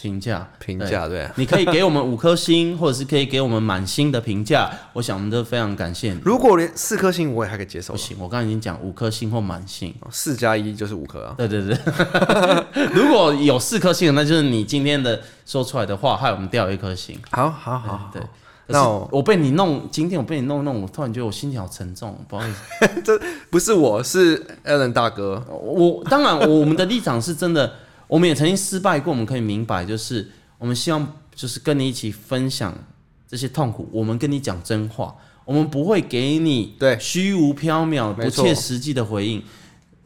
[SPEAKER 2] 评价
[SPEAKER 1] 评。价，对。
[SPEAKER 2] 对你可以给我们五颗星，或者是可以给我们满星的评价，我想我们都非常感谢你。
[SPEAKER 1] 如果连四颗星我也还可以接受
[SPEAKER 2] 不，行，我刚刚已经讲五颗星或满星。
[SPEAKER 1] 四加一就是五颗啊。
[SPEAKER 2] 对对对， 如果有四颗星的，那就是你今天的说出来的话害我们掉一颗星。
[SPEAKER 1] 好好好好，
[SPEAKER 2] 对，
[SPEAKER 1] 那
[SPEAKER 2] 可是
[SPEAKER 1] 我
[SPEAKER 2] 我被你弄，今天我被你弄弄，我突然觉得我心情好沉重，不好意思。
[SPEAKER 1] 不是我是 Alan 大哥，
[SPEAKER 2] 我当然，我们的立场是真的， 我们也曾经失败过，我们可以明白，就是我们希望就是跟你一起分享这些痛苦，我们跟你讲真话，我们不会给你
[SPEAKER 1] 对
[SPEAKER 2] 虚无缥缈、
[SPEAKER 1] 没
[SPEAKER 2] 不
[SPEAKER 1] 错
[SPEAKER 2] 切实际的回应。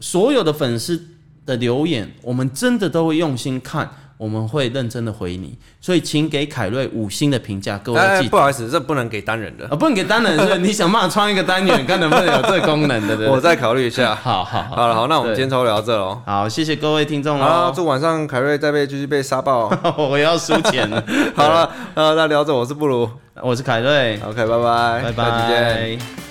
[SPEAKER 2] 所有的粉丝的留言，我们真的都会用心看，我们会认真的回你，所以请给凯瑞五星的评价，各位
[SPEAKER 1] 哎
[SPEAKER 2] 要记
[SPEAKER 1] 不
[SPEAKER 2] 得。
[SPEAKER 1] 好意思，这不能给单人的，
[SPEAKER 2] 啊，不能给单人是不是你想办法创一个单元，看能不能有这个功能的，对不
[SPEAKER 1] 我
[SPEAKER 2] 对？
[SPEAKER 1] 再考虑一下。
[SPEAKER 2] 好好嗯好，
[SPEAKER 1] 好了，好，那我们
[SPEAKER 2] 对
[SPEAKER 1] 今天差不多聊到这喽。
[SPEAKER 2] 好，谢谢各位听众哦
[SPEAKER 1] 好了，
[SPEAKER 2] 喽。
[SPEAKER 1] 祝晚上凯瑞再被继续被杀 爆。
[SPEAKER 2] 我要输钱了。
[SPEAKER 1] 好了，呃，那聊着我是布鲁
[SPEAKER 2] 我是凯瑞，
[SPEAKER 1] ，OK，拜拜，
[SPEAKER 2] 拜
[SPEAKER 1] 哎下期见。
[SPEAKER 2] 拜。